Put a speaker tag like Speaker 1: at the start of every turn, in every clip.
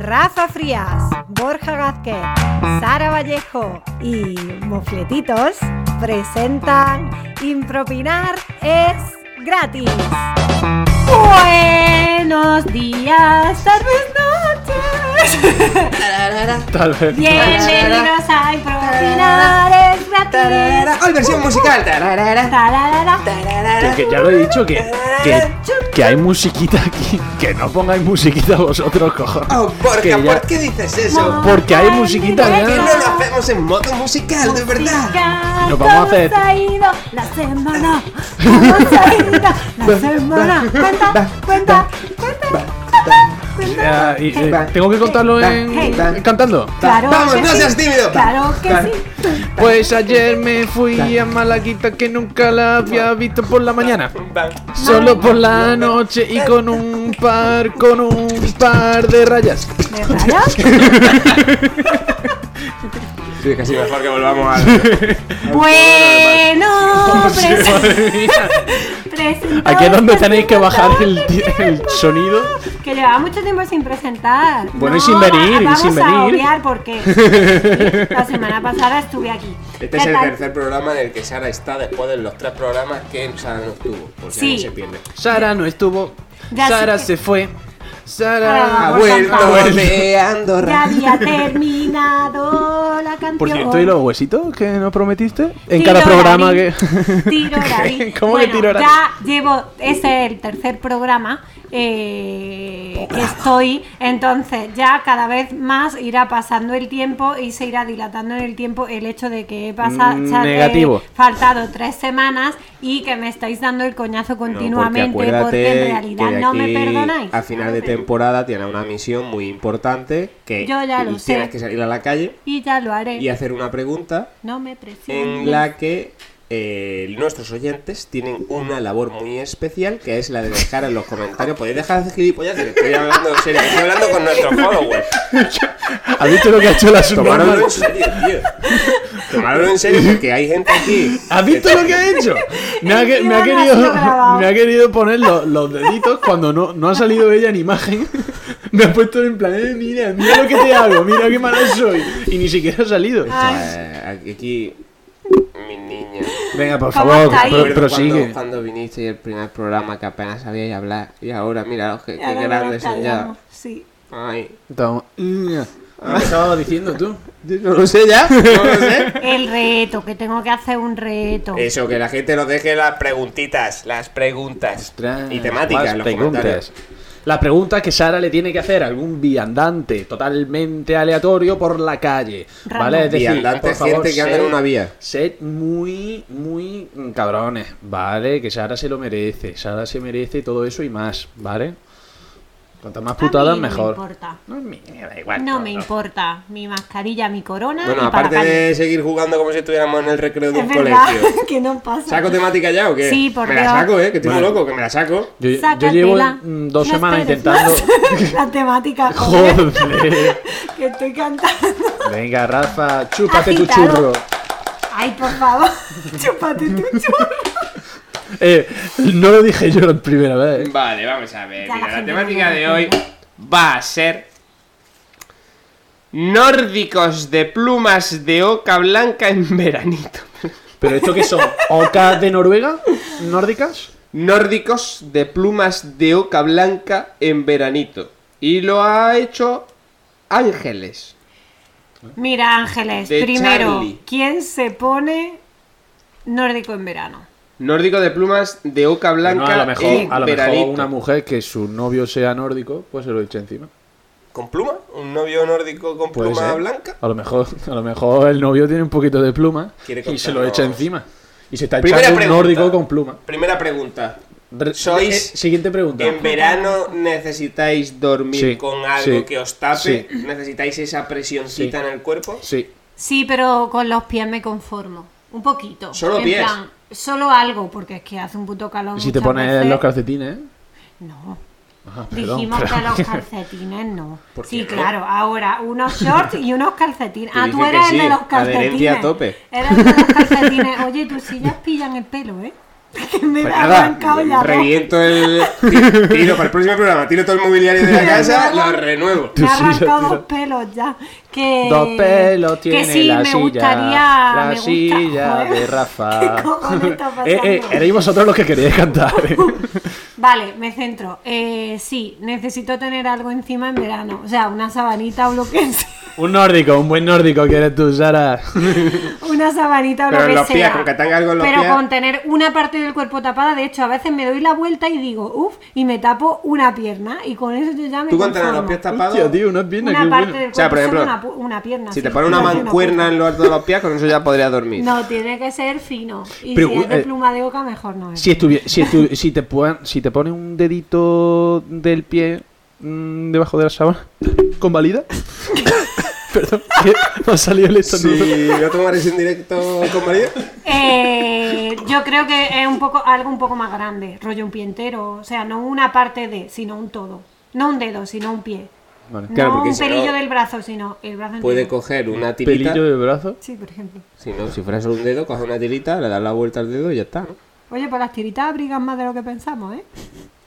Speaker 1: Rafa Frías, Borja Gázquez, Sara Vallejo y Mofletitos presentan Impropinar es gratis. Buenos días, tardes, noches.
Speaker 2: Tararara,
Speaker 3: Tal vez.
Speaker 1: Bienvenidos a Impropinar es gratis.
Speaker 2: tararara. ¡Oh, versión musical! Tararara,
Speaker 1: Tararara.
Speaker 2: tararara.
Speaker 3: Que ya lo he dicho, que, que, que hay musiquita aquí. Que no pongáis musiquita vosotros, cojones.
Speaker 2: Oh,
Speaker 3: Que
Speaker 2: Borja,
Speaker 3: ya-
Speaker 2: ¿por qué dices eso?
Speaker 3: Porque hay musiquita,
Speaker 2: ¿Por qué
Speaker 3: ya.
Speaker 2: no lo hacemos en modo musical, de verdad?
Speaker 1: Música,
Speaker 3: Nos vamos a
Speaker 1: ¿cómo
Speaker 3: hacer-
Speaker 1: se ha ido la semana? ¿Cómo se ha ido la semana? Cuenta, cuenta, cuenta,
Speaker 3: Ah, y, eh, ¿Tengo que contarlo en,
Speaker 1: Hey.
Speaker 3: en- cantando?
Speaker 1: Claro
Speaker 2: Vamos,
Speaker 1: que
Speaker 2: no
Speaker 1: sí.
Speaker 2: seas tímido.
Speaker 1: Claro que sí.
Speaker 3: Pues ayer me fui a Malaguita que nunca la había visto por la mañana. Solo por la noche y con un par, con un par de rayas.
Speaker 1: ¿Me rayas?
Speaker 2: Sí, casi mejor que volvamos al...
Speaker 1: Bueno, presen-
Speaker 3: Madre mía.
Speaker 1: presentamos
Speaker 3: Aquí es donde
Speaker 1: este
Speaker 3: tenéis que bajar el,
Speaker 1: programa,
Speaker 3: el sonido.
Speaker 1: Que llevaba mucho tiempo sin presentar.
Speaker 3: Bueno, y
Speaker 1: No,
Speaker 3: sin venir, y
Speaker 1: Vamos
Speaker 3: sin
Speaker 1: a
Speaker 3: venir.
Speaker 1: obviar porque la semana pasada estuve aquí.
Speaker 2: Este
Speaker 1: ¿Qué
Speaker 2: es el
Speaker 1: tal?
Speaker 2: tercer programa en el que Sara está después de los tres programas que Sara no estuvo, por si
Speaker 1: Sí.
Speaker 2: alguien se pierde.
Speaker 3: Sara no estuvo.
Speaker 1: Ya sé
Speaker 3: Sara
Speaker 1: que-
Speaker 3: se fue.
Speaker 1: Ah,
Speaker 2: Ha
Speaker 3: Sara
Speaker 1: Borja,
Speaker 2: vuelto
Speaker 1: ha
Speaker 3: vuelto.
Speaker 2: de
Speaker 1: Ya
Speaker 2: Andorra.
Speaker 1: había terminado la canción.
Speaker 3: Por cierto, ¿y los huesitos que nos prometiste? En
Speaker 1: Tiro
Speaker 3: cada programa
Speaker 1: David,
Speaker 3: que.
Speaker 1: Tiro David.
Speaker 3: ¿Cómo
Speaker 1: Bueno,
Speaker 3: que tiro David?
Speaker 1: Ya llevo, ese es el tercer programa eh, que estoy, entonces ya cada vez más irá pasando el tiempo y se irá dilatando en el tiempo el hecho de que he pasado,
Speaker 3: Mm, negativo.
Speaker 1: faltado tres semanas y que me estáis dando el coñazo continuamente porque, en realidad no me perdonáis.
Speaker 2: A final de temporada tiene una misión muy importante que
Speaker 1: Yo ya lo
Speaker 2: tienes
Speaker 1: sé.
Speaker 2: que salir a la calle
Speaker 1: Y ya lo haré.
Speaker 2: y hacer una pregunta
Speaker 1: No me presiones.
Speaker 2: en la que eh, nuestros oyentes tienen una labor muy especial que es la de dejar en los comentarios. Podéis dejar de hacer gilipollas, que estoy hablando en serio, que estoy hablando con nuestros followers.
Speaker 3: ¿Has visto lo que ha hecho la subnormal?
Speaker 2: Tomároslo en serio, tío. Tomároslo en serio porque hay gente aquí.
Speaker 3: ¿Has visto lo que ha hecho? Me ha, que- me
Speaker 1: Encima
Speaker 3: ha
Speaker 1: no ha
Speaker 3: querido,
Speaker 1: sido grabado.
Speaker 3: me ha querido poner lo- los deditos cuando no, no ha salido ella en imagen. Me ha puesto en plan, eh, mira, mira lo que te hago, mira qué malo soy. Y ni siquiera ha salido.
Speaker 1: Ay,
Speaker 2: Eh, aquí, mi niña.
Speaker 3: Venga, por
Speaker 1: ¿Cómo
Speaker 3: favor,
Speaker 1: estáis?
Speaker 3: pro-
Speaker 2: Recuerdo
Speaker 3: prosigue.
Speaker 2: Cuando, cuando viniste y el primer programa que apenas sabíais hablar. Y ahora, mira, qué,
Speaker 1: ahora no
Speaker 2: qué
Speaker 1: nos
Speaker 2: grandes son ya.
Speaker 1: callamos, Sí.
Speaker 2: Ay,
Speaker 3: Estamos- ¿Qué estabas diciendo tú?
Speaker 2: Ah, no lo sé ya, no lo sé.
Speaker 1: El reto, que tengo que hacer un reto.
Speaker 2: Eso, que la gente nos deje las preguntitas, las preguntas.
Speaker 3: Ostras,
Speaker 2: y temáticas,
Speaker 3: las
Speaker 2: en los
Speaker 3: preguntas.
Speaker 2: comentarios.
Speaker 3: La pregunta que Sara le tiene que hacer a algún viandante totalmente aleatorio por la calle.
Speaker 1: Random.
Speaker 3: ¿Vale? Es decir,
Speaker 2: Viandante,
Speaker 3: por favor,
Speaker 2: gente que anda
Speaker 3: sed-
Speaker 2: en una vía.
Speaker 3: Sed muy, muy cabrones, ¿vale? Que Sara se lo merece. Sara se merece todo eso y más, ¿vale? Cuantas
Speaker 1: A
Speaker 3: más
Speaker 1: mí
Speaker 3: putadas,
Speaker 1: no
Speaker 3: mejor.
Speaker 1: Me importa.
Speaker 3: No me da igual.
Speaker 1: No
Speaker 3: todo.
Speaker 1: me importa. Mi mascarilla, mi corona.
Speaker 2: Bueno,
Speaker 1: y
Speaker 2: aparte
Speaker 1: para calle.
Speaker 2: de seguir jugando como si estuviéramos en el recreo de un
Speaker 1: Es verdad
Speaker 2: colegio.
Speaker 1: que no pasa.
Speaker 2: ¿Saco temática ya o qué?
Speaker 1: Sí, por
Speaker 2: Me
Speaker 1: Dios.
Speaker 2: la saco, eh, que estoy muy loco, que me la saco.
Speaker 3: Yo, yo
Speaker 1: Sácatela.
Speaker 3: llevo mm, dos
Speaker 1: No
Speaker 3: semanas
Speaker 1: esperes
Speaker 3: intentando.
Speaker 1: más. la temática, joder,
Speaker 3: Joder.
Speaker 1: que estoy cantando.
Speaker 3: Venga, Rafa, chúpate tu
Speaker 1: Agitado.
Speaker 3: churro.
Speaker 1: Ay, por favor, chúpate tu churro.
Speaker 3: Eh, no lo dije yo la primera vez. eh.
Speaker 2: Vale, vamos a ver.
Speaker 1: Ya la
Speaker 2: Mira, la
Speaker 1: gente
Speaker 2: temática
Speaker 1: no
Speaker 2: de
Speaker 1: lo
Speaker 2: hoy va a ser nórdicos de plumas de oca blanca en veranito.
Speaker 3: ¿Pero esto qué son? ¿Ocas de Noruega? ¿Nórdicas?
Speaker 2: Nórdicos de plumas de oca blanca en veranito. Y lo ha hecho Ángeles.
Speaker 1: Mira, Ángeles,
Speaker 2: De
Speaker 1: primero,
Speaker 2: Charlie.
Speaker 1: ¿quién se pone nórdico en verano?
Speaker 2: Nórdico de plumas de oca blanca
Speaker 3: a lo mejor,
Speaker 2: en
Speaker 3: a lo mejor
Speaker 2: veranito.
Speaker 3: una mujer que su novio sea nórdico, pues se lo echa encima.
Speaker 2: ¿Con pluma? ¿Un novio nórdico con
Speaker 3: Puede
Speaker 2: pluma
Speaker 3: ser.
Speaker 2: blanca?
Speaker 3: A lo mejor, a lo mejor el novio tiene un poquito de pluma
Speaker 2: Quiere
Speaker 3: y se lo echa
Speaker 2: contarnos.
Speaker 3: encima. Y se está
Speaker 2: Primera
Speaker 3: echando un
Speaker 2: pregunta.
Speaker 3: nórdico con pluma.
Speaker 2: Primera pregunta.
Speaker 3: Re-
Speaker 2: Sois-
Speaker 3: eh, siguiente pregunta.
Speaker 2: En verano necesitáis dormir
Speaker 3: Sí,
Speaker 2: con algo
Speaker 3: sí,
Speaker 2: que os tape,
Speaker 3: sí.
Speaker 2: necesitáis esa presioncita
Speaker 3: Sí.
Speaker 2: en el cuerpo.
Speaker 3: Sí.
Speaker 1: Sí, pero con los pies me conformo. Un poquito.
Speaker 2: Solo
Speaker 1: en
Speaker 2: pies.
Speaker 1: plan, solo algo, porque es que hace un puto calor.
Speaker 3: Y si te
Speaker 1: muchas
Speaker 3: pones
Speaker 1: veces.
Speaker 3: los calcetines, ¿eh?
Speaker 1: No.
Speaker 3: Ajá, perdón,
Speaker 1: Dijimos que
Speaker 3: perdón.
Speaker 1: los calcetines no.
Speaker 2: ¿Por qué
Speaker 1: Sí,
Speaker 2: no?
Speaker 1: claro, ahora unos shorts y unos calcetines.
Speaker 2: Te
Speaker 1: Ah, tú
Speaker 2: dije que
Speaker 1: eres el
Speaker 2: sí,
Speaker 1: de los
Speaker 2: adherencia
Speaker 1: calcetines.
Speaker 2: a tope.
Speaker 1: Eres el de los calcetines. Oye, tus sillas pillan el pelo, ¿eh? Que me he
Speaker 2: Pues nada,
Speaker 1: arrancado ya. ¿no?
Speaker 2: reviento el. ti- Tiro para el próximo programa, tiro todo el mobiliario de la casa, lo renuevo.
Speaker 1: Me ha
Speaker 3: Tu silla,
Speaker 1: arrancado
Speaker 3: tío.
Speaker 1: dos pelos ya. Que,
Speaker 3: Dos pelos tiene
Speaker 1: Eh, que sí,
Speaker 3: la
Speaker 1: me
Speaker 3: silla.
Speaker 1: gustaría.
Speaker 3: la
Speaker 1: me gusta-
Speaker 3: silla
Speaker 1: joder,
Speaker 3: de Rafa.
Speaker 1: ¿Qué cojones está pasando?
Speaker 3: Eh, eh, erais vosotros los que queríais cantar. eh.
Speaker 1: Vale, me centro. Eh, sí, necesito tener algo encima en verano. O sea, una sabanita o lo que sea.
Speaker 3: un nórdico, un buen nórdico que eres tú, Sara.
Speaker 1: Una sabanita o
Speaker 2: Pero
Speaker 1: lo
Speaker 2: en
Speaker 1: que
Speaker 2: los
Speaker 1: sea.
Speaker 2: pies, con que tenga algo en los
Speaker 1: Pero
Speaker 2: pies.
Speaker 1: con tener una parte del cuerpo tapada. De hecho, a veces me doy la vuelta y digo, uff, y me tapo una pierna. Y con eso yo ya me
Speaker 2: Tú con tener los
Speaker 1: conformo.
Speaker 2: pies tapados.
Speaker 3: Hostia, tío, una pierna,
Speaker 1: Una
Speaker 3: qué
Speaker 1: parte
Speaker 3: bueno.
Speaker 1: del cuerpo,
Speaker 2: O sea, por
Speaker 1: solo
Speaker 2: ejemplo,
Speaker 1: una, pu- una pierna.
Speaker 2: Si te
Speaker 1: Ah, sí,
Speaker 2: pones una
Speaker 1: no es
Speaker 2: mancuerna
Speaker 1: pierna.
Speaker 2: en los, de los pies, con eso ya podría dormir.
Speaker 1: No, tiene que ser fino. Y
Speaker 3: Pero,
Speaker 1: si es
Speaker 3: eh,
Speaker 1: de pluma de oca, mejor no es.
Speaker 3: Si, estuvi- si, estu- si, te puedan- si te pone un dedito del pie mm, debajo de la sábana, ¿convalida? Perdón, que me ha salido el estornudo.
Speaker 2: Si yo tomaréis en directo con María.
Speaker 1: Eh, yo creo que es un poco algo un poco más grande, rollo un pie entero, o sea, no una parte de, sino un todo. No un dedo, sino un pie.
Speaker 3: Vale.
Speaker 2: Claro,
Speaker 1: no
Speaker 2: porque
Speaker 1: un
Speaker 2: si no,
Speaker 1: pelillo del brazo, sino el brazo
Speaker 2: Puede
Speaker 1: entero.
Speaker 2: coger una tirita.
Speaker 3: Pelillo de brazo.
Speaker 1: Sí, por ejemplo.
Speaker 2: Si no, si fuera solo un dedo, coge una tirita, le das la vuelta al dedo y ya está. ¿no?
Speaker 1: Oye, pues las tiritas abrigan más de lo que pensamos, ¿eh?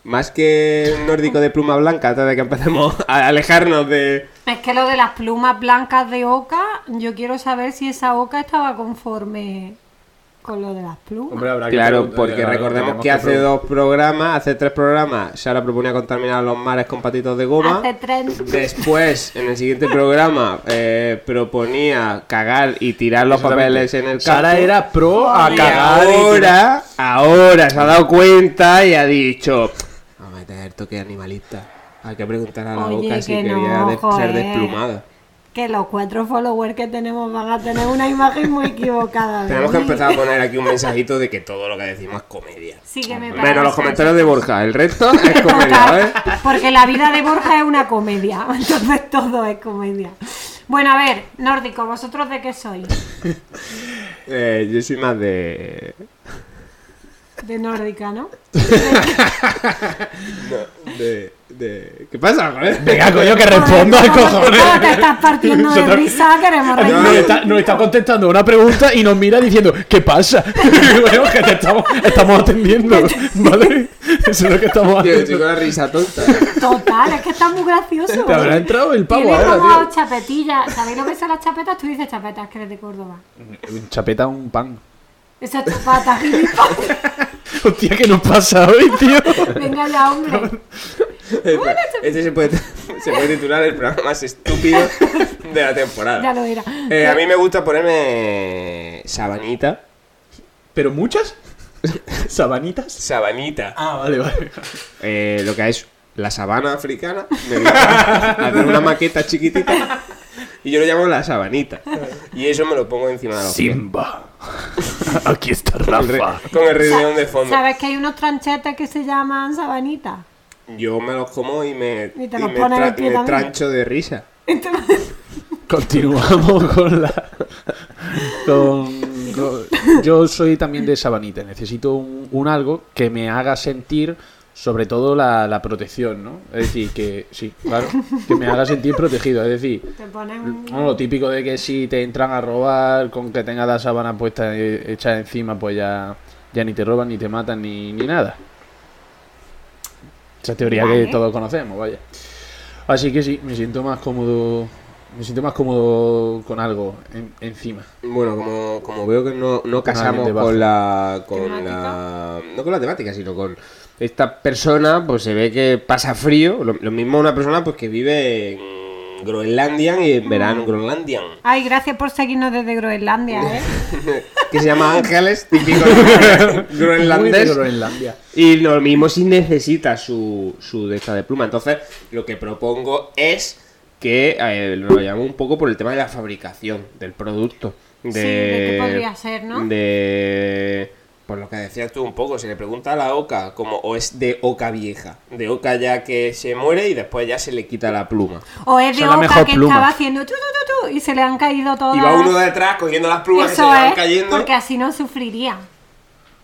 Speaker 2: Más que un nórdico de pluma blanca, antes de que empecemos a alejarnos de.
Speaker 1: Es que lo de las plumas blancas de oca, yo quiero saber si esa oca estaba conforme con lo de las plumas.
Speaker 2: Claro, porque recordemos que hace dos programas, hace tres programas, Sara proponía contaminar los mares con patitos de goma.
Speaker 1: Hace tres...
Speaker 2: Después, en el siguiente programa, eh, proponía cagar y tirar los papeles en el campo.
Speaker 3: Sara era pro a
Speaker 1: Y
Speaker 3: cagar. y-
Speaker 2: ahora, ahora se ha dado cuenta y ha dicho: Vamos a meter toque animalista. Hay que preguntar a la
Speaker 1: Oye,
Speaker 2: boca si
Speaker 1: que no,
Speaker 2: quería de- ser
Speaker 1: joder.
Speaker 2: desplumada.
Speaker 1: Que los cuatro followers que tenemos van a tener una imagen muy equivocada. de
Speaker 2: Tenemos que
Speaker 1: mí.
Speaker 2: empezar a poner aquí un mensajito de que todo lo que decimos es comedia.
Speaker 1: Sí que me
Speaker 2: Menos los
Speaker 1: parece.
Speaker 2: comentarios de Borja, el resto es comedia, ¿eh?
Speaker 1: Porque la vida de Borja es una comedia. Entonces todo es comedia. Bueno, a ver, nórdico, ¿vosotros de qué sois?
Speaker 2: Eh, Yo soy más de.
Speaker 1: De nórdica, ¿no?
Speaker 2: de, de... ¿Qué pasa, joder?
Speaker 3: Venga, coño, que responda,
Speaker 1: Joder, ¿cómo-
Speaker 3: cojones.
Speaker 1: cómo te estás partiendo de
Speaker 3: Nosotros-
Speaker 1: risa, queremos reír.
Speaker 3: Nos está, nos está contestando una pregunta y nos mira diciendo, ¿qué pasa? bueno, que te estamos, estamos atendiendo, ¿vale? Eso es lo que estamos
Speaker 2: Tío, estoy
Speaker 3: haciendo.
Speaker 2: con la risa tonta.
Speaker 1: Total, es que está muy gracioso.
Speaker 3: Te habrá entrado el pavo
Speaker 1: Tiene como
Speaker 3: ahora,
Speaker 1: chapetillas. ¿Sabéis lo que son las chapetas? Tú dices chapetas, que eres de Córdoba.
Speaker 3: tío. Chapeta un pan.
Speaker 1: Esas chapatas, gilipollas.
Speaker 3: Hostia, ¿qué nos pasa hoy, tío?
Speaker 1: Venga ya, hombre.
Speaker 2: este se puede, se puede titular el programa más estúpido de la
Speaker 1: Ya
Speaker 2: temporada.
Speaker 1: lo era.
Speaker 2: Eh, a mí me gusta ponerme sabanita.
Speaker 3: ¿Pero muchas? ¿Sabanitas?
Speaker 2: Sabanita.
Speaker 3: Ah, vale, vale.
Speaker 2: Eh, lo que es la sabana africana. Me gusta hacer una maqueta chiquitita. Y yo lo llamo la sabanita. Y eso me lo pongo encima de los pies.
Speaker 3: Simba. Aquí está
Speaker 2: Con el
Speaker 3: Rafa.
Speaker 2: re- Con el rideón de fondo.
Speaker 1: ¿Sabes que hay unos tranchetes que se llaman sabanitas?
Speaker 2: Yo me los como y me,
Speaker 1: Y te
Speaker 2: y
Speaker 1: los
Speaker 2: me
Speaker 1: pones en el pie
Speaker 2: me
Speaker 1: también.
Speaker 2: trancho de risa.
Speaker 3: Continuamos con la. Con, con- yo soy también de sabanita. Necesito un, un algo que me haga sentir, sobre todo, la, la protección, ¿no? Es decir, que. Sí, claro. Que me haga sentir protegido. Es decir,
Speaker 1: Te pones un...
Speaker 3: no, lo típico de que si te entran a robar, con que tengas la sábana puesta eh, hecha encima, pues ya, ya ni te roban, ni te matan, ni, ni nada. Esa teoría
Speaker 1: Vale.
Speaker 3: que todos conocemos, vaya. Así que sí, me siento más cómodo. Me siento más cómodo con algo en- encima.
Speaker 2: Bueno, como, como veo que no, no casamos
Speaker 3: alguien debajo.
Speaker 2: con la. con
Speaker 1: ¿Temática?
Speaker 2: la. No con la temática, sino con. Esta persona, pues se ve que pasa frío. Lo, lo mismo una persona pues que vive en Groenlandia y en verano en Groenlandia.
Speaker 1: Ay, gracias por seguirnos desde Groenlandia, ¿eh?
Speaker 2: Que se llama Ángeles, típico
Speaker 3: Muy de
Speaker 2: groenlandés.
Speaker 3: Groenlandia.
Speaker 2: Y lo mismo si necesita su, su de esta de pluma. Entonces, lo que propongo es que eh, lo llamo un poco por el tema de la fabricación del producto. De,
Speaker 1: Sí, de qué podría ser, ¿no?
Speaker 2: De. Por lo que decías tú un poco, se le pregunta a la oca, como, o es de oca vieja, de oca ya que se muere y después ya se le quita la pluma.
Speaker 1: O es de
Speaker 3: Son la
Speaker 1: oca
Speaker 3: mejor
Speaker 1: que
Speaker 3: pluma.
Speaker 1: estaba haciendo tu, tu, tu, tu, y se le han caído todas.
Speaker 2: Y va uno detrás cogiendo las plumas que se le
Speaker 1: Eso
Speaker 2: van
Speaker 1: es,
Speaker 2: cayendo.
Speaker 1: porque así no sufriría.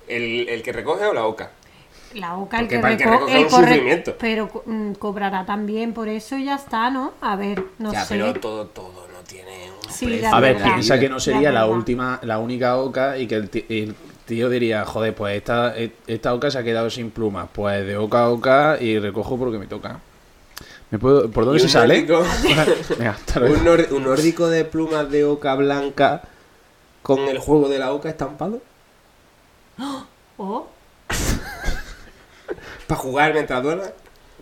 Speaker 2: ¿El, el que recoge o la oca?
Speaker 1: La oca, el
Speaker 2: Porque
Speaker 1: que,
Speaker 2: para el que
Speaker 1: reco-
Speaker 2: recoja
Speaker 1: el
Speaker 2: un
Speaker 1: corre-
Speaker 2: sufrimiento.
Speaker 1: Pero co- mm, cobrará también por eso y ya está, ¿no? A ver, no
Speaker 2: ya,
Speaker 1: sé.
Speaker 2: pero todo, todo no tiene un
Speaker 1: Sí,
Speaker 2: precio
Speaker 1: la
Speaker 3: A ver,
Speaker 2: en
Speaker 1: verdad.
Speaker 3: piensa
Speaker 2: vida.
Speaker 3: que no sería la
Speaker 1: verdad.
Speaker 3: última, la única oca y que el, ti- el- tío diría, joder, pues esta, esta oca se ha quedado sin plumas. Pues de oca a oca y recojo porque me toca. ¿Me puedo, ¿Por
Speaker 2: Y
Speaker 3: dónde se
Speaker 2: un
Speaker 3: sale?
Speaker 2: nórdico.
Speaker 3: Venga, hasta luego.
Speaker 2: Un, nor- un nórdico de plumas de oca blanca con el juego de la oca estampado.
Speaker 1: O,
Speaker 2: Para jugar mientras duerme.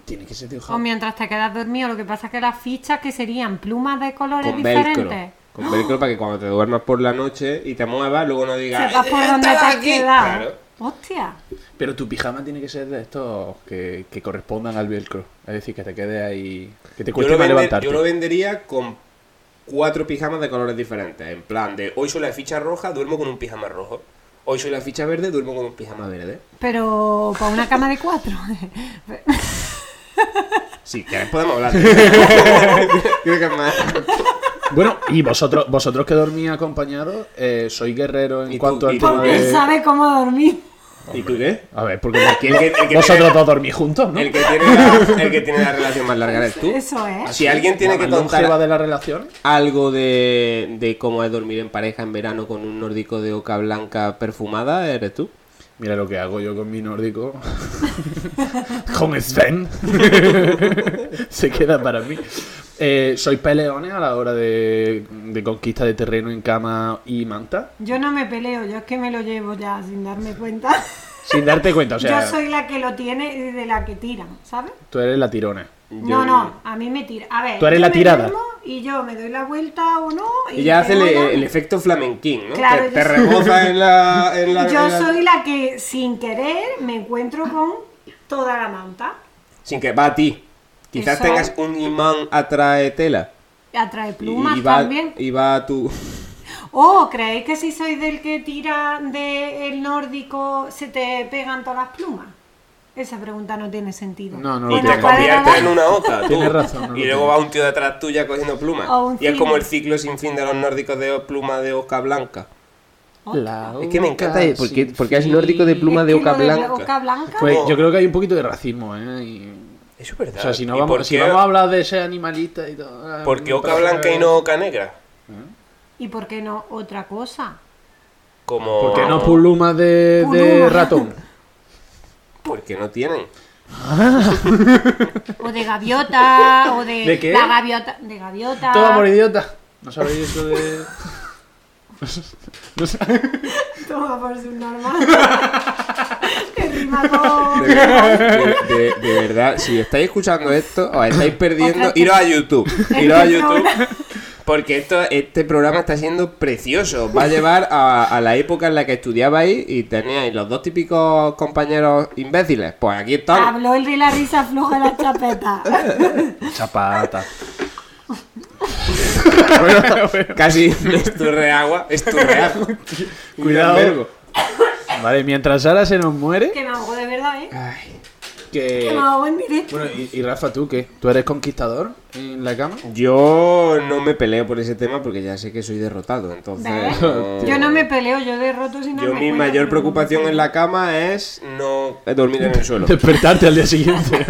Speaker 3: Tiene que ser de
Speaker 1: o mientras te quedas dormido, lo que pasa es que las fichas que serían plumas de colores
Speaker 2: Con velcro.
Speaker 1: diferentes.
Speaker 2: Con velcro para que cuando te duermas por la noche y te muevas, luego no digas.
Speaker 1: Sepas por
Speaker 2: "Eh,
Speaker 1: dónde te
Speaker 2: estaba
Speaker 1: has
Speaker 2: aquí".
Speaker 1: quedado.
Speaker 2: Claro.
Speaker 1: Hostia.
Speaker 3: Pero tu pijama tiene que ser de estos que, que correspondan al velcro. Es decir, que te quede ahí. Que te
Speaker 2: Yo
Speaker 3: cueste
Speaker 2: lo,
Speaker 3: más
Speaker 2: vender-
Speaker 3: levantarte.
Speaker 2: yo lo vendería con cuatro pijamas de colores diferentes. En plan, de hoy soy la ficha roja, duermo con un pijama rojo. Hoy soy la ficha verde, duermo con un pijama verde.
Speaker 1: Pero para una cama de cuatro.
Speaker 2: Si quieres podemos hablar. Creo que es más.
Speaker 3: Bueno, y vosotros vosotros que dormís acompañados, eh, sois guerreros en
Speaker 2: ¿Y tú?
Speaker 3: cuanto
Speaker 2: ¿Y
Speaker 3: al
Speaker 2: tú
Speaker 3: tema
Speaker 1: Porque
Speaker 2: qué?
Speaker 1: él
Speaker 3: de.
Speaker 1: sabe cómo dormir.
Speaker 2: ¿Y tú qué?
Speaker 3: A ver, porque no-
Speaker 2: El que- el que
Speaker 3: vosotros
Speaker 2: tiene-
Speaker 3: dos dormís juntos, ¿no?
Speaker 2: El que, tiene la, el que tiene la relación más larga eres tú.
Speaker 1: Eso es.
Speaker 2: Si alguien tiene que
Speaker 3: La longeva
Speaker 2: contar
Speaker 3: de la relación?
Speaker 2: algo de, de cómo es dormir en pareja en verano con un nórdico de oca blanca perfumada, eres tú.
Speaker 3: Mira lo que hago yo con mi nórdico. con Sven. Se queda para mí. Eh, ¿Sois peleones a la hora de, de conquista de terreno en cama y manta?
Speaker 1: Yo no me peleo, yo es que me lo llevo ya sin darme cuenta.
Speaker 3: Sin darte cuenta, o sea,
Speaker 1: yo soy la que lo tiene y de la que tiran, ¿sabes?
Speaker 3: tú eres la tirona.
Speaker 1: No, no, a mí me tira. A ver,
Speaker 3: Tú eres
Speaker 1: yo
Speaker 3: la
Speaker 1: me
Speaker 3: tirada.
Speaker 1: duermo Y yo me doy la vuelta o no. Y
Speaker 2: Ella hace el,
Speaker 1: tengo la-
Speaker 2: el efecto flamenquín, ¿no?
Speaker 1: Claro,
Speaker 2: te
Speaker 1: yo
Speaker 2: te
Speaker 1: soy-
Speaker 2: reboza en la. en la-
Speaker 1: Yo
Speaker 2: en la-
Speaker 1: soy la que sin querer me encuentro con toda la manta.
Speaker 2: Sin que va a ti. Quizás
Speaker 1: Eso.
Speaker 2: tengas un imán atrae tela.
Speaker 1: Atrae
Speaker 2: Y-
Speaker 1: plumas
Speaker 2: y va,
Speaker 1: también.
Speaker 2: Y va a tu.
Speaker 1: Oh, ¿creéis que si sois del que tira del nórdico se te pegan todas las plumas? Esa pregunta no tiene sentido.
Speaker 3: No, no lo
Speaker 2: Y
Speaker 3: Bueno,
Speaker 2: te
Speaker 3: tiene. ¿cuál
Speaker 1: era
Speaker 2: conviertes
Speaker 1: la-
Speaker 2: en una oca. tú.
Speaker 3: Tienes razón, no
Speaker 2: y
Speaker 3: lo
Speaker 2: luego
Speaker 3: tengo.
Speaker 2: va un tío detrás tuya cogiendo plumas.
Speaker 1: O un
Speaker 2: Y es como
Speaker 1: cine.
Speaker 2: el ciclo sin fin de los nórdicos de plumas de oca blanca.
Speaker 3: La
Speaker 2: Es que me encanta eh,
Speaker 3: oca
Speaker 2: porque,
Speaker 3: sin
Speaker 2: porque es
Speaker 3: fin.
Speaker 2: nórdico de pluma
Speaker 1: Es
Speaker 2: de
Speaker 1: que
Speaker 2: oca
Speaker 1: lo de la
Speaker 2: blanca.
Speaker 1: boca blanca,
Speaker 3: Pues
Speaker 2: Como-
Speaker 3: yo creo que hay un poquito de racismo, ¿eh? Y-
Speaker 2: Eso es verdad.
Speaker 3: O sea, si no
Speaker 2: ¿Y por
Speaker 3: vamos, si
Speaker 2: qué-
Speaker 3: vamos a hablar de ese animalista y todo. eh,
Speaker 2: ¿Por qué oca
Speaker 3: pero-
Speaker 2: blanca y no oca negra?
Speaker 1: ¿Y por qué no otra cosa?
Speaker 2: Como...
Speaker 3: ¿Por qué no plumas de, de
Speaker 1: Pluma.
Speaker 3: ratón?
Speaker 2: Porque no tienen.
Speaker 1: O de gaviota, o de,
Speaker 3: ¿De qué?
Speaker 1: la gaviota, de gaviota.
Speaker 3: Todo por idiota. No sabéis eso de. No sab-
Speaker 1: Toma por subnormal. que rima con-
Speaker 2: De verdad, de, de- de verdad, si estáis escuchando esto, os estáis perdiendo.
Speaker 1: Ojalá que-
Speaker 2: Iros a YouTube. Iros a
Speaker 1: Este
Speaker 2: YouTube.
Speaker 1: programa-
Speaker 2: Porque esto, este programa está siendo precioso. Va a llevar a, a la época en la que estudiabais y teníais los dos típicos compañeros imbéciles. Pues aquí están.
Speaker 1: Habló el de la risa floja de la chapeta.
Speaker 3: Chapata.
Speaker 2: Casi esturre agua. Esturrear.
Speaker 3: Cuidado. Vale, mientras Sara se nos muere.
Speaker 1: que me ahogo de verdad, ¿eh?
Speaker 2: Ay,
Speaker 1: Que
Speaker 3: Que.
Speaker 1: me ahogo en directo.
Speaker 3: Bueno, y, y Rafa, ¿tú qué? ¿Tú eres conquistador en la cama?
Speaker 2: Yo no me peleo por ese tema porque ya sé que soy derrotado. Entonces.
Speaker 1: ¿Ves? Yo no me peleo, yo derroto sin
Speaker 2: Yo
Speaker 1: darme
Speaker 2: mi
Speaker 1: cuenta,
Speaker 2: mayor
Speaker 1: pero como
Speaker 2: preocupación
Speaker 1: soy-
Speaker 2: en la cama es no dormir en el suelo.
Speaker 3: Despertarte al día siguiente.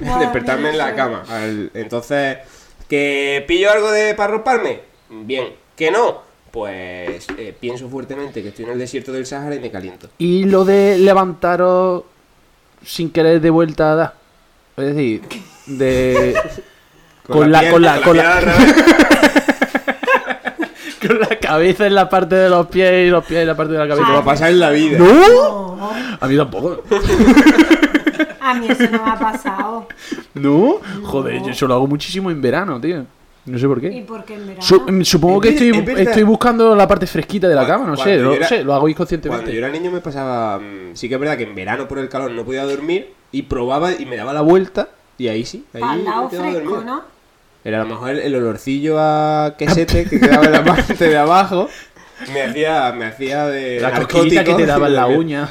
Speaker 1: No,
Speaker 2: despertarme
Speaker 1: dormir
Speaker 2: en la
Speaker 1: solo.
Speaker 2: cama. Al- Entonces, ¿que pillo algo de para roparme? Bien. ¿Que no? Pues eh, pienso fuertemente que estoy en el desierto del Sahara y me caliento.
Speaker 3: Y lo de levantaros sin querer de vuelta a dar. Es decir, de. Con la-
Speaker 2: piel-
Speaker 3: con la- con
Speaker 2: piel
Speaker 3: la-
Speaker 2: al revés.
Speaker 3: Con la cabeza en la parte de los pies y los pies en la parte de la
Speaker 2: Te va a
Speaker 3: cabeza.
Speaker 2: pasar en la vida.
Speaker 3: ¡No!
Speaker 1: No,
Speaker 3: A mí tampoco.
Speaker 1: a mí eso no me ha pasado.
Speaker 3: ¿No? Joder, yo eso lo hago muchísimo en verano, tío. No sé por
Speaker 1: ¿Y
Speaker 3: qué.
Speaker 1: por qué en verano?
Speaker 3: Su- mm, supongo que
Speaker 2: Es ver-
Speaker 3: estoy,
Speaker 2: es verdad.
Speaker 3: estoy buscando la parte fresquita de la
Speaker 2: Cuando-
Speaker 3: cama, no sé,
Speaker 2: cuando
Speaker 3: no
Speaker 2: yo era-
Speaker 3: sé, lo hago
Speaker 2: Cuando yo
Speaker 3: inconscientemente.
Speaker 2: era niño me pasaba... mm, Sí que es verdad que en verano por el calor no podía dormir y probaba y me daba la vuelta y ahí sí. Ahí
Speaker 1: Al lado
Speaker 2: me quedaba
Speaker 1: fresco,
Speaker 2: dormido.
Speaker 1: ¿no?
Speaker 2: Era a lo mejor el, el olorcillo a quesete que quedaba en la parte de abajo. Me hacía, me hacía de.
Speaker 3: La cosquillita que te daba en la uña.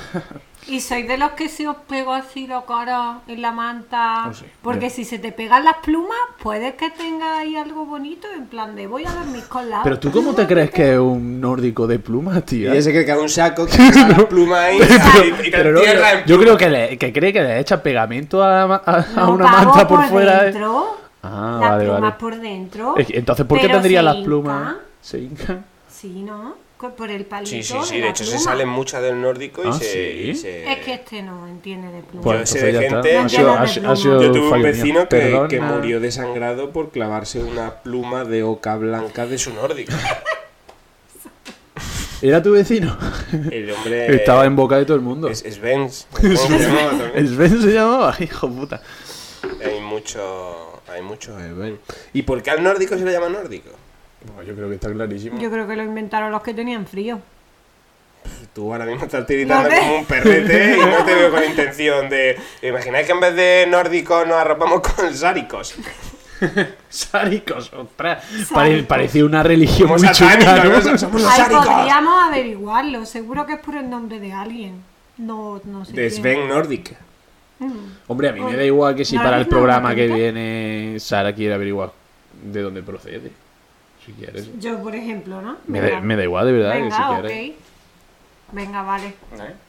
Speaker 1: ¿Y sois de los que se os pegó así los caros en la manta?
Speaker 3: Oh, sí.
Speaker 1: Porque
Speaker 3: Yo.
Speaker 1: si se te pegan las plumas, puede que tenga ahí algo bonito en plan de voy a dormir con la
Speaker 3: Pero tú, ¿cómo te crees que es un nórdico de plumas, tío?
Speaker 2: Y ese que cae un saco, que te la pluma ahí y, y te
Speaker 3: Pero no,
Speaker 2: entierra en.
Speaker 3: yo creo que, le- que cree que le echa pegamento a, la ma- a- a
Speaker 1: No,
Speaker 3: una
Speaker 1: pavo
Speaker 3: manta por, fuera. eh.
Speaker 1: Dentro,
Speaker 3: Ah,
Speaker 1: las
Speaker 3: vale,
Speaker 1: plumas
Speaker 3: vale.
Speaker 1: por dentro.
Speaker 3: Es que, Entonces, ¿por qué
Speaker 1: pero
Speaker 3: tendría
Speaker 1: se
Speaker 3: las
Speaker 1: hinca.
Speaker 3: plumas? Se hincan.
Speaker 1: Sí, ¿no? co- por el palito.
Speaker 2: Sí, sí, sí.
Speaker 1: la
Speaker 2: De hecho, eh, se
Speaker 1: pluma.
Speaker 2: salen muchas del nórdico y,
Speaker 3: Ah,
Speaker 2: se,
Speaker 3: ¿sí?
Speaker 2: y se-
Speaker 1: Es que este no entiende de pluma.
Speaker 2: Pues- sé de
Speaker 3: entonces
Speaker 2: gente-
Speaker 3: Ha sido, ha- ha
Speaker 1: Yo
Speaker 2: Yo
Speaker 1: Oh,
Speaker 3: sido
Speaker 2: tuve un
Speaker 3: fallo mío.
Speaker 2: vecino que,
Speaker 3: Perdona.
Speaker 2: que murió desangrado por clavarse una pluma de oca blanca de su nórdico.
Speaker 3: Era tu vecino.
Speaker 2: El hombre.
Speaker 3: Estaba en boca de todo el mundo.
Speaker 2: Es, es Benz. ¿cómo se llamaba también?
Speaker 3: Sven se llamaba, hijo puta.
Speaker 2: Hay mucho. Hay mucho Sven. ¿Y por qué al nórdico se le llama nórdico? Pues yo creo que está clarísimo.
Speaker 1: Yo creo que lo inventaron los que tenían frío.
Speaker 2: Tú ahora mismo estás tiritando
Speaker 1: No te-
Speaker 2: como un perrete y no te veo con intención de. Imagináis que en vez de nórdico nos arropamos con sáricos.
Speaker 3: Sáricos, ostras.
Speaker 1: Sáricos.
Speaker 3: parecía una religión
Speaker 2: Somos
Speaker 3: muy chunga, ¿no?
Speaker 2: satánicos, ¿no? somos los
Speaker 1: Ahí
Speaker 2: sáricos.
Speaker 1: podríamos averiguarlo. Seguro que es por el nombre de alguien. No, no sé.
Speaker 2: De
Speaker 1: quién.
Speaker 2: Sven Nordic.
Speaker 3: ¿Eh?
Speaker 1: Mm.
Speaker 3: Hombre, a mí me da igual que si
Speaker 1: ¿No
Speaker 3: para el
Speaker 1: habéis
Speaker 3: programa
Speaker 1: dado
Speaker 3: que
Speaker 1: cuenta?
Speaker 3: viene Sara quiere averiguar de dónde procede. Si quieres.
Speaker 1: Yo, por ejemplo, ¿no?
Speaker 3: Me
Speaker 1: Venga.
Speaker 3: da, me da igual, de verdad, que si
Speaker 1: Venga,
Speaker 3: quieres.
Speaker 1: ok. Venga, vale.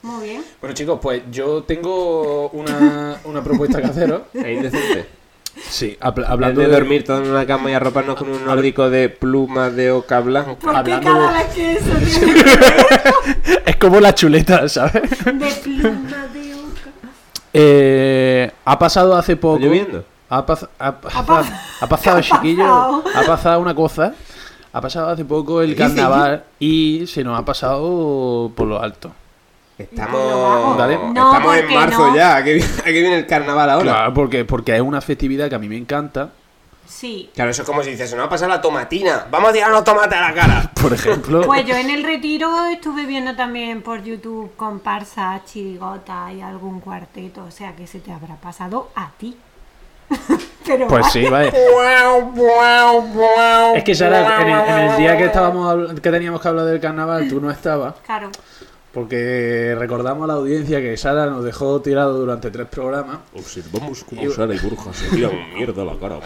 Speaker 1: Muy bien.
Speaker 3: Bueno, chicos, pues yo tengo una, una propuesta que haceros.
Speaker 2: Es indecente.
Speaker 3: Sí, habla- hablando
Speaker 2: de dormir todo en una cama y arroparnos con un nórdico de pluma de oca blanca.
Speaker 1: ¿Por qué
Speaker 3: Hablando-
Speaker 1: cada vez que eso tiene que ver
Speaker 3: Es como la chuleta, ¿sabes?
Speaker 1: de pluma de oca?
Speaker 3: Eh, ha pasado hace poco. Ha, pas- ha- ha-
Speaker 1: pas-
Speaker 3: ha pasado,
Speaker 1: ha
Speaker 3: chiquillo.
Speaker 1: pasado.
Speaker 3: Ha pasado una cosa. Ha pasado hace poco el carnaval y se nos ha pasado por lo alto.
Speaker 2: Estamos,
Speaker 3: Dale.
Speaker 1: No,
Speaker 2: estamos en
Speaker 1: porque
Speaker 2: marzo
Speaker 1: no.
Speaker 2: ya. ¿A qué, vi- a qué viene el carnaval ahora? Claro.
Speaker 3: Claro, porque, porque es una festividad que a mí me encanta.
Speaker 1: Sí.
Speaker 2: eso es como si dices, no va a pasar la tomatina. Vamos a tirar los tomates a la cara.
Speaker 3: Por ejemplo,
Speaker 1: Pues yo en el retiro estuve viendo también por YouTube comparsa, chirigota y algún cuarteto, o sea que se te habrá pasado a ti. Pero
Speaker 3: pues
Speaker 1: vale.
Speaker 3: sí, vale. Es que Sara, en el, en el día que estábamos habl- que teníamos que hablar del carnaval, tú no estabas.
Speaker 1: Claro.
Speaker 3: Porque recordamos a la audiencia que Sara nos dejó tirado durante tres programas.
Speaker 2: Observamos cómo Sara y Burja se tiran mierda a la cara.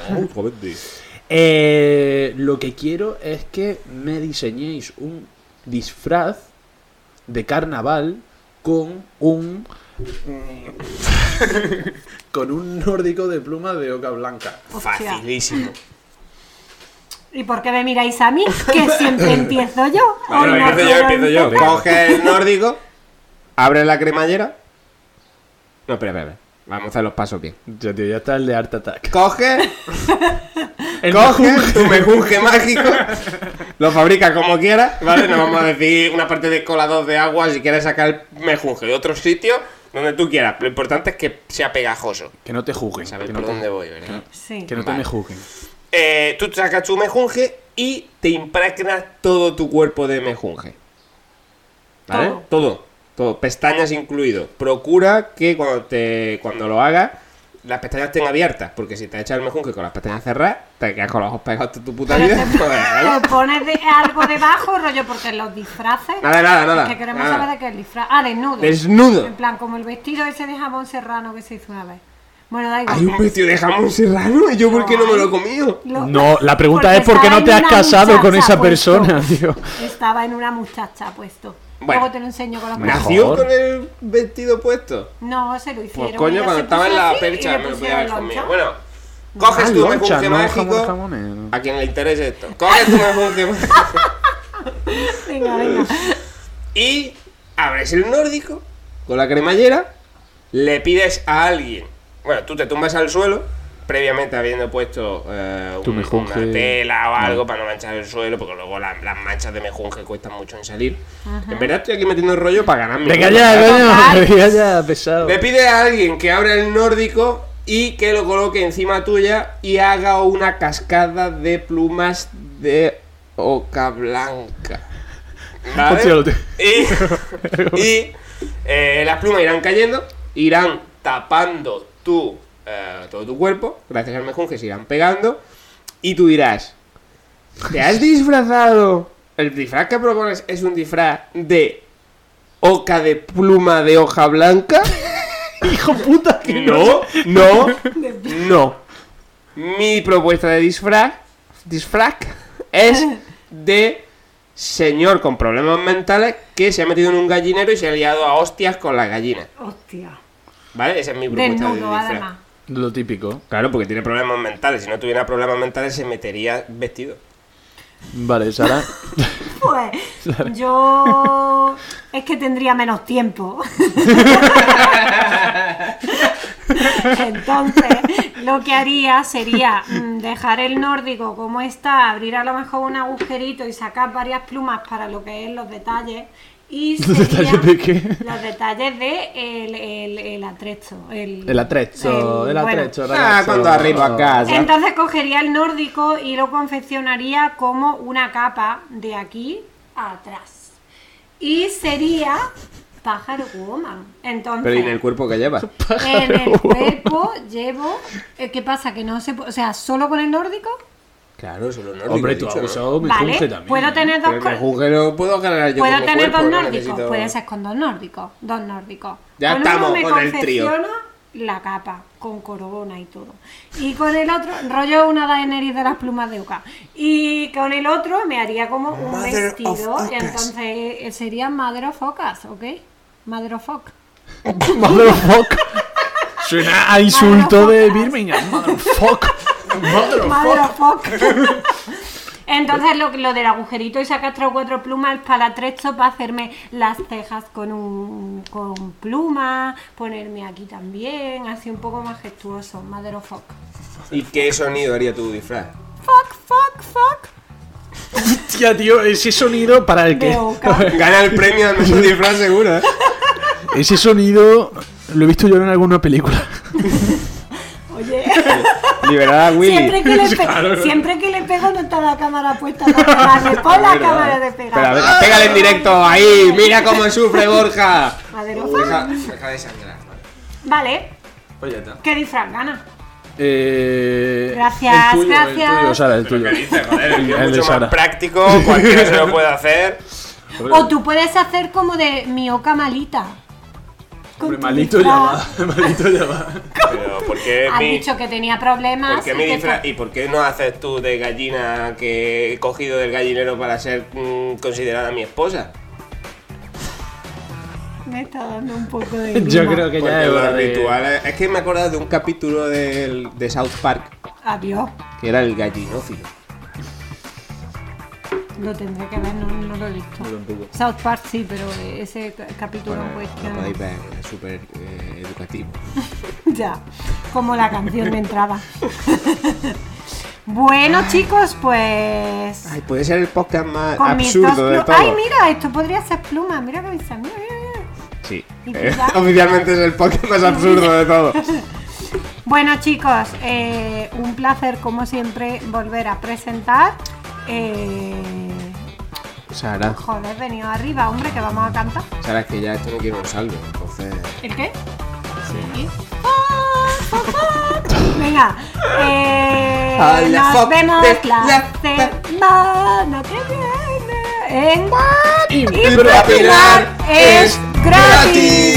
Speaker 3: Eh, lo que quiero es que me diseñéis un disfraz de carnaval con un con un nórdico de pluma de oca blanca.
Speaker 1: Hostia.
Speaker 2: Facilísimo.
Speaker 1: ¿Y por qué me miráis a mí? Que siempre empiezo yo.
Speaker 2: Bueno,
Speaker 1: Hoy no
Speaker 2: empiezo yo,
Speaker 1: quiero
Speaker 2: empiezo yo.
Speaker 1: empezar.
Speaker 2: Coge el nórdico, abre la cremallera. No, espera, espera. espera. Vamos a hacer los pasos bien.
Speaker 3: Ya, tío, ya está el de Art Attack.
Speaker 2: Coge
Speaker 3: El
Speaker 2: Coge tu mejunje mágico, lo fabrica como quiera, ¿vale? No vamos a decir una parte de colador de agua si quieres sacar el mejunje de otro sitio, donde tú quieras. Lo importante es que sea pegajoso.
Speaker 3: Que no te juzguen.
Speaker 2: ¿Sabes
Speaker 3: Que no
Speaker 2: por
Speaker 3: te,
Speaker 2: dónde voy, verdad?
Speaker 1: Sí.
Speaker 3: que no te
Speaker 2: Vale.
Speaker 3: me juzguen.
Speaker 2: Eh, tú sacas tu mejunje y te impregnas todo tu cuerpo de mejunje. ¿Vale?
Speaker 1: Todo.
Speaker 2: Todo. Todo. Pestañas incluido. Procura que cuando, te, cuando lo hagas, las pestañas estén abiertas. Porque si te echas el mejunje con las pestañas cerradas, te quedas con los ojos pegados toda tu puta
Speaker 1: Pero
Speaker 2: vida.
Speaker 1: te,
Speaker 2: Joder, ¿vale?
Speaker 1: te pones de- algo debajo, rollo, porque los disfraces.
Speaker 2: Nada, nada, nada.
Speaker 1: Es que queremos
Speaker 2: nada.
Speaker 1: saber de qué es el disfraz. Ah, desnudo.
Speaker 2: Desnudo.
Speaker 1: En plan, como el vestido ese de jamón serrano que se hizo una vez. Bueno, da igual.
Speaker 2: Hay un vestido de jamón serrano y yo por qué no me lo he comido.
Speaker 1: Lo-
Speaker 3: No, la pregunta
Speaker 1: porque
Speaker 3: es por qué
Speaker 1: estaba
Speaker 3: no te
Speaker 1: en
Speaker 3: has
Speaker 1: una
Speaker 3: casado con
Speaker 1: muchacha
Speaker 3: esa
Speaker 1: puesto.
Speaker 3: persona, tío.
Speaker 1: Estaba en una muchacha puesto.
Speaker 2: Bueno.
Speaker 1: Luego te lo enseño con los
Speaker 3: Mejor.
Speaker 2: ¿Nació con el vestido puesto?
Speaker 1: No, se lo hicieron.
Speaker 2: Pues coño,
Speaker 1: Ella
Speaker 2: cuando
Speaker 1: se
Speaker 2: estaba
Speaker 1: puso
Speaker 2: en la
Speaker 1: así y
Speaker 2: percha
Speaker 1: le
Speaker 2: me lo podía
Speaker 1: pusieron
Speaker 2: haber
Speaker 1: loncha.
Speaker 2: comido. Bueno, coges tu
Speaker 3: Ah, loncha,
Speaker 2: mejunje
Speaker 3: no
Speaker 2: mágico.
Speaker 3: jamón, jamones.
Speaker 2: A quien le interese esto. Coges tu mejunje mágico
Speaker 1: Venga, venga.
Speaker 2: y abres el nórdico con la cremallera. Le pides a alguien. Bueno, tú te tumbas al suelo. Previamente habiendo puesto eh,
Speaker 3: Tu
Speaker 2: un-
Speaker 3: mejunje.
Speaker 2: una tela o algo para no manchar el suelo, porque luego la- las manchas de mejunje cuestan mucho en salir. En verdad estoy aquí metiendo el rollo para ganar mi
Speaker 3: Venga
Speaker 2: punto,
Speaker 3: ya,
Speaker 2: ¿sabes?
Speaker 3: coño. Venga ya, pesado.
Speaker 2: Le pide a alguien que abra el nórdico y que lo coloque encima tuya y haga una cascada de plumas de oca blanca.
Speaker 3: Hostia, lo
Speaker 2: ¿Vale?
Speaker 3: te-
Speaker 2: Y, y, eh, las plumas irán cayendo, irán tapando tu, eh, todo tu cuerpo, gracias al mejunje se irán pegando, y tú dirás, ¿te has disfrazado? El disfraz que propones es un disfraz de oca de pluma de hoja blanca.
Speaker 3: Hijo puta, que
Speaker 2: No, no, no. Mi propuesta de disfraz, disfraz es de señor con problemas mentales que se ha metido en un gallinero y se ha liado a hostias con las gallinas.
Speaker 1: Hostia.
Speaker 2: ¿Vale? Esa es mi propuesta este de
Speaker 1: Desnudo,
Speaker 2: disfraz.
Speaker 1: además.
Speaker 3: Lo típico.
Speaker 2: Claro, porque tiene problemas mentales. Si no tuviera problemas mentales, se metería vestido.
Speaker 3: Vale, Sara.
Speaker 1: Pues yo es que tendría menos tiempo. Entonces, lo que haría sería mm, dejar el nórdico como está, abrir a lo mejor un agujerito y sacar varias plumas para lo que es los detalles. Y
Speaker 3: ¿Los detalles de qué?
Speaker 1: Los detalles de el, el, el atrecho. El,
Speaker 3: El atrecho,
Speaker 1: el-
Speaker 3: el,
Speaker 1: bueno.
Speaker 3: atrecho.
Speaker 2: Ah,
Speaker 3: ragazzo.
Speaker 2: cuando arriba a casa.
Speaker 1: Entonces cogería el nórdico y lo confeccionaría como una capa de aquí a atrás. Y sería pájaro woman. Entonces,
Speaker 2: Pero ¿y en el cuerpo que llevas?
Speaker 1: en el cuerpo llevo... eh, ¿Qué pasa? Que no se puede... O sea, solo con el nórdico.
Speaker 2: Claro, solo nórdico.
Speaker 3: Hombre,
Speaker 2: he
Speaker 3: tú has
Speaker 2: dicho, ¿no?
Speaker 3: usado mi
Speaker 1: Vale,
Speaker 3: Junge también. ¿eh?
Speaker 1: puedo tener dos...
Speaker 2: Pero
Speaker 1: col-
Speaker 2: que juzgue no puedo ganar yo
Speaker 1: Puedo
Speaker 2: como
Speaker 1: tener
Speaker 2: cuerpo,
Speaker 1: dos
Speaker 2: no
Speaker 1: nórdicos,
Speaker 2: necesito-
Speaker 1: puede ser con dos nórdicos, dos nórdicos.
Speaker 2: Ya
Speaker 1: con uno
Speaker 2: estamos
Speaker 1: me
Speaker 2: con el trío.
Speaker 1: confecciono La capa, con corona y todo. Y con el otro, rollo una Daenerys de las plumas de Oca. Y con el otro me haría como un
Speaker 2: Mother of
Speaker 1: vestido, y
Speaker 2: Ocas.
Speaker 1: entonces eh, sería Madre of Ocas, ¿ok? Madre of Oc.
Speaker 3: Motherfuck. Suena a insulto de
Speaker 1: Motherfuck.
Speaker 3: Birmingham. Motherfuck.
Speaker 1: Madre
Speaker 3: Motherfuck.
Speaker 1: of Oc. Entonces lo, lo del agujerito y sacar tres o cuatro plumas para tres para hacerme las cejas con un con pluma, ponerme aquí también, así un poco majestuoso, madero fuck.
Speaker 2: ¿Y qué sonido haría tu disfraz?
Speaker 1: Fuck, fuck, fuck.
Speaker 3: Hostia, tío, ese sonido para el que.
Speaker 1: De oca.
Speaker 2: Gana el premio de nuestro disfraz seguro, ¿eh?
Speaker 3: Ese sonido lo he visto yo en alguna película.
Speaker 1: Oye.
Speaker 2: Liberada a Willy.
Speaker 1: Siempre que, le pe-
Speaker 3: Claro.
Speaker 1: siempre que le pego no está la cámara puesta para pegarle. Pon la cámara de
Speaker 2: Pero a ver,
Speaker 1: pegar.
Speaker 2: pégale en directo, ahí, mira cómo sufre Borja.
Speaker 1: Madero
Speaker 2: Deja,
Speaker 1: fuck.
Speaker 2: deja de sangrar, vale.
Speaker 1: Vale,
Speaker 2: Pues ya está.
Speaker 1: ¿qué disfraz gana?
Speaker 3: Eh,
Speaker 1: Gracias,
Speaker 3: el tuyo,
Speaker 1: gracias.
Speaker 3: El tuyo, Sara, el tuyo.
Speaker 2: Joder, que es
Speaker 3: El de
Speaker 2: mucho más
Speaker 3: Sara.
Speaker 2: práctico, cualquiera se lo puede hacer.
Speaker 1: O tú puedes hacer como de mi oca malita. Con
Speaker 3: Hombre,
Speaker 1: tu
Speaker 3: malito ya
Speaker 1: disfraz.
Speaker 3: va. Malito ya va.
Speaker 2: Pero ¿por qué
Speaker 1: Has
Speaker 2: mi,
Speaker 1: dicho que tenía problemas.
Speaker 2: por qué
Speaker 1: y
Speaker 2: mi
Speaker 1: que
Speaker 2: disfraz?
Speaker 1: to-
Speaker 2: ¿Y por qué no haces tú de gallina que he cogido del gallinero para ser mm, considerada mi esposa?
Speaker 1: Me está dando un poco de.
Speaker 3: Yo
Speaker 1: grima.
Speaker 3: creo que
Speaker 2: Porque
Speaker 3: ya es hora
Speaker 2: los
Speaker 3: de-
Speaker 2: rituales. Es que me he acordado de un capítulo del- de South Park
Speaker 1: Adiós.
Speaker 2: que era el gallinófilo.
Speaker 1: Lo tendré que ver, no, no lo he visto.
Speaker 2: Yo tampoco.
Speaker 1: South Park sí, pero eh, ese ca- capítulo en
Speaker 2: lo
Speaker 1: cuestión.
Speaker 2: podéis ver, es súper eh, educativo.
Speaker 1: ya, como la canción de entrada. bueno, chicos, pues.
Speaker 2: Ay, puede ser el podcast más
Speaker 1: con mis dos
Speaker 2: absurdo de
Speaker 1: plu-
Speaker 2: todo.
Speaker 1: Ay, mira, esto podría ser pluma. Mira que eh, mira, mira, mira.
Speaker 2: Sí.
Speaker 1: ¿Y
Speaker 2: Eh,
Speaker 1: quizá?
Speaker 2: oficialmente es el podcast más absurdo de todo.
Speaker 1: Bueno chicos, eh, un placer como siempre volver a presentar. Eh,
Speaker 2: Sara,
Speaker 1: joder, venido arriba, hombre, que vamos a cantar.
Speaker 2: Sara, es que ya esto no quiero un salve, entonces.
Speaker 1: ¿El qué? Sí. Venga, eh,
Speaker 2: Hola,
Speaker 1: nos
Speaker 2: fuck
Speaker 1: vemos
Speaker 2: the-
Speaker 1: la
Speaker 2: la-
Speaker 1: semana que viene en
Speaker 2: Impropinar
Speaker 1: Impropinar es
Speaker 2: gratis.
Speaker 1: gratis.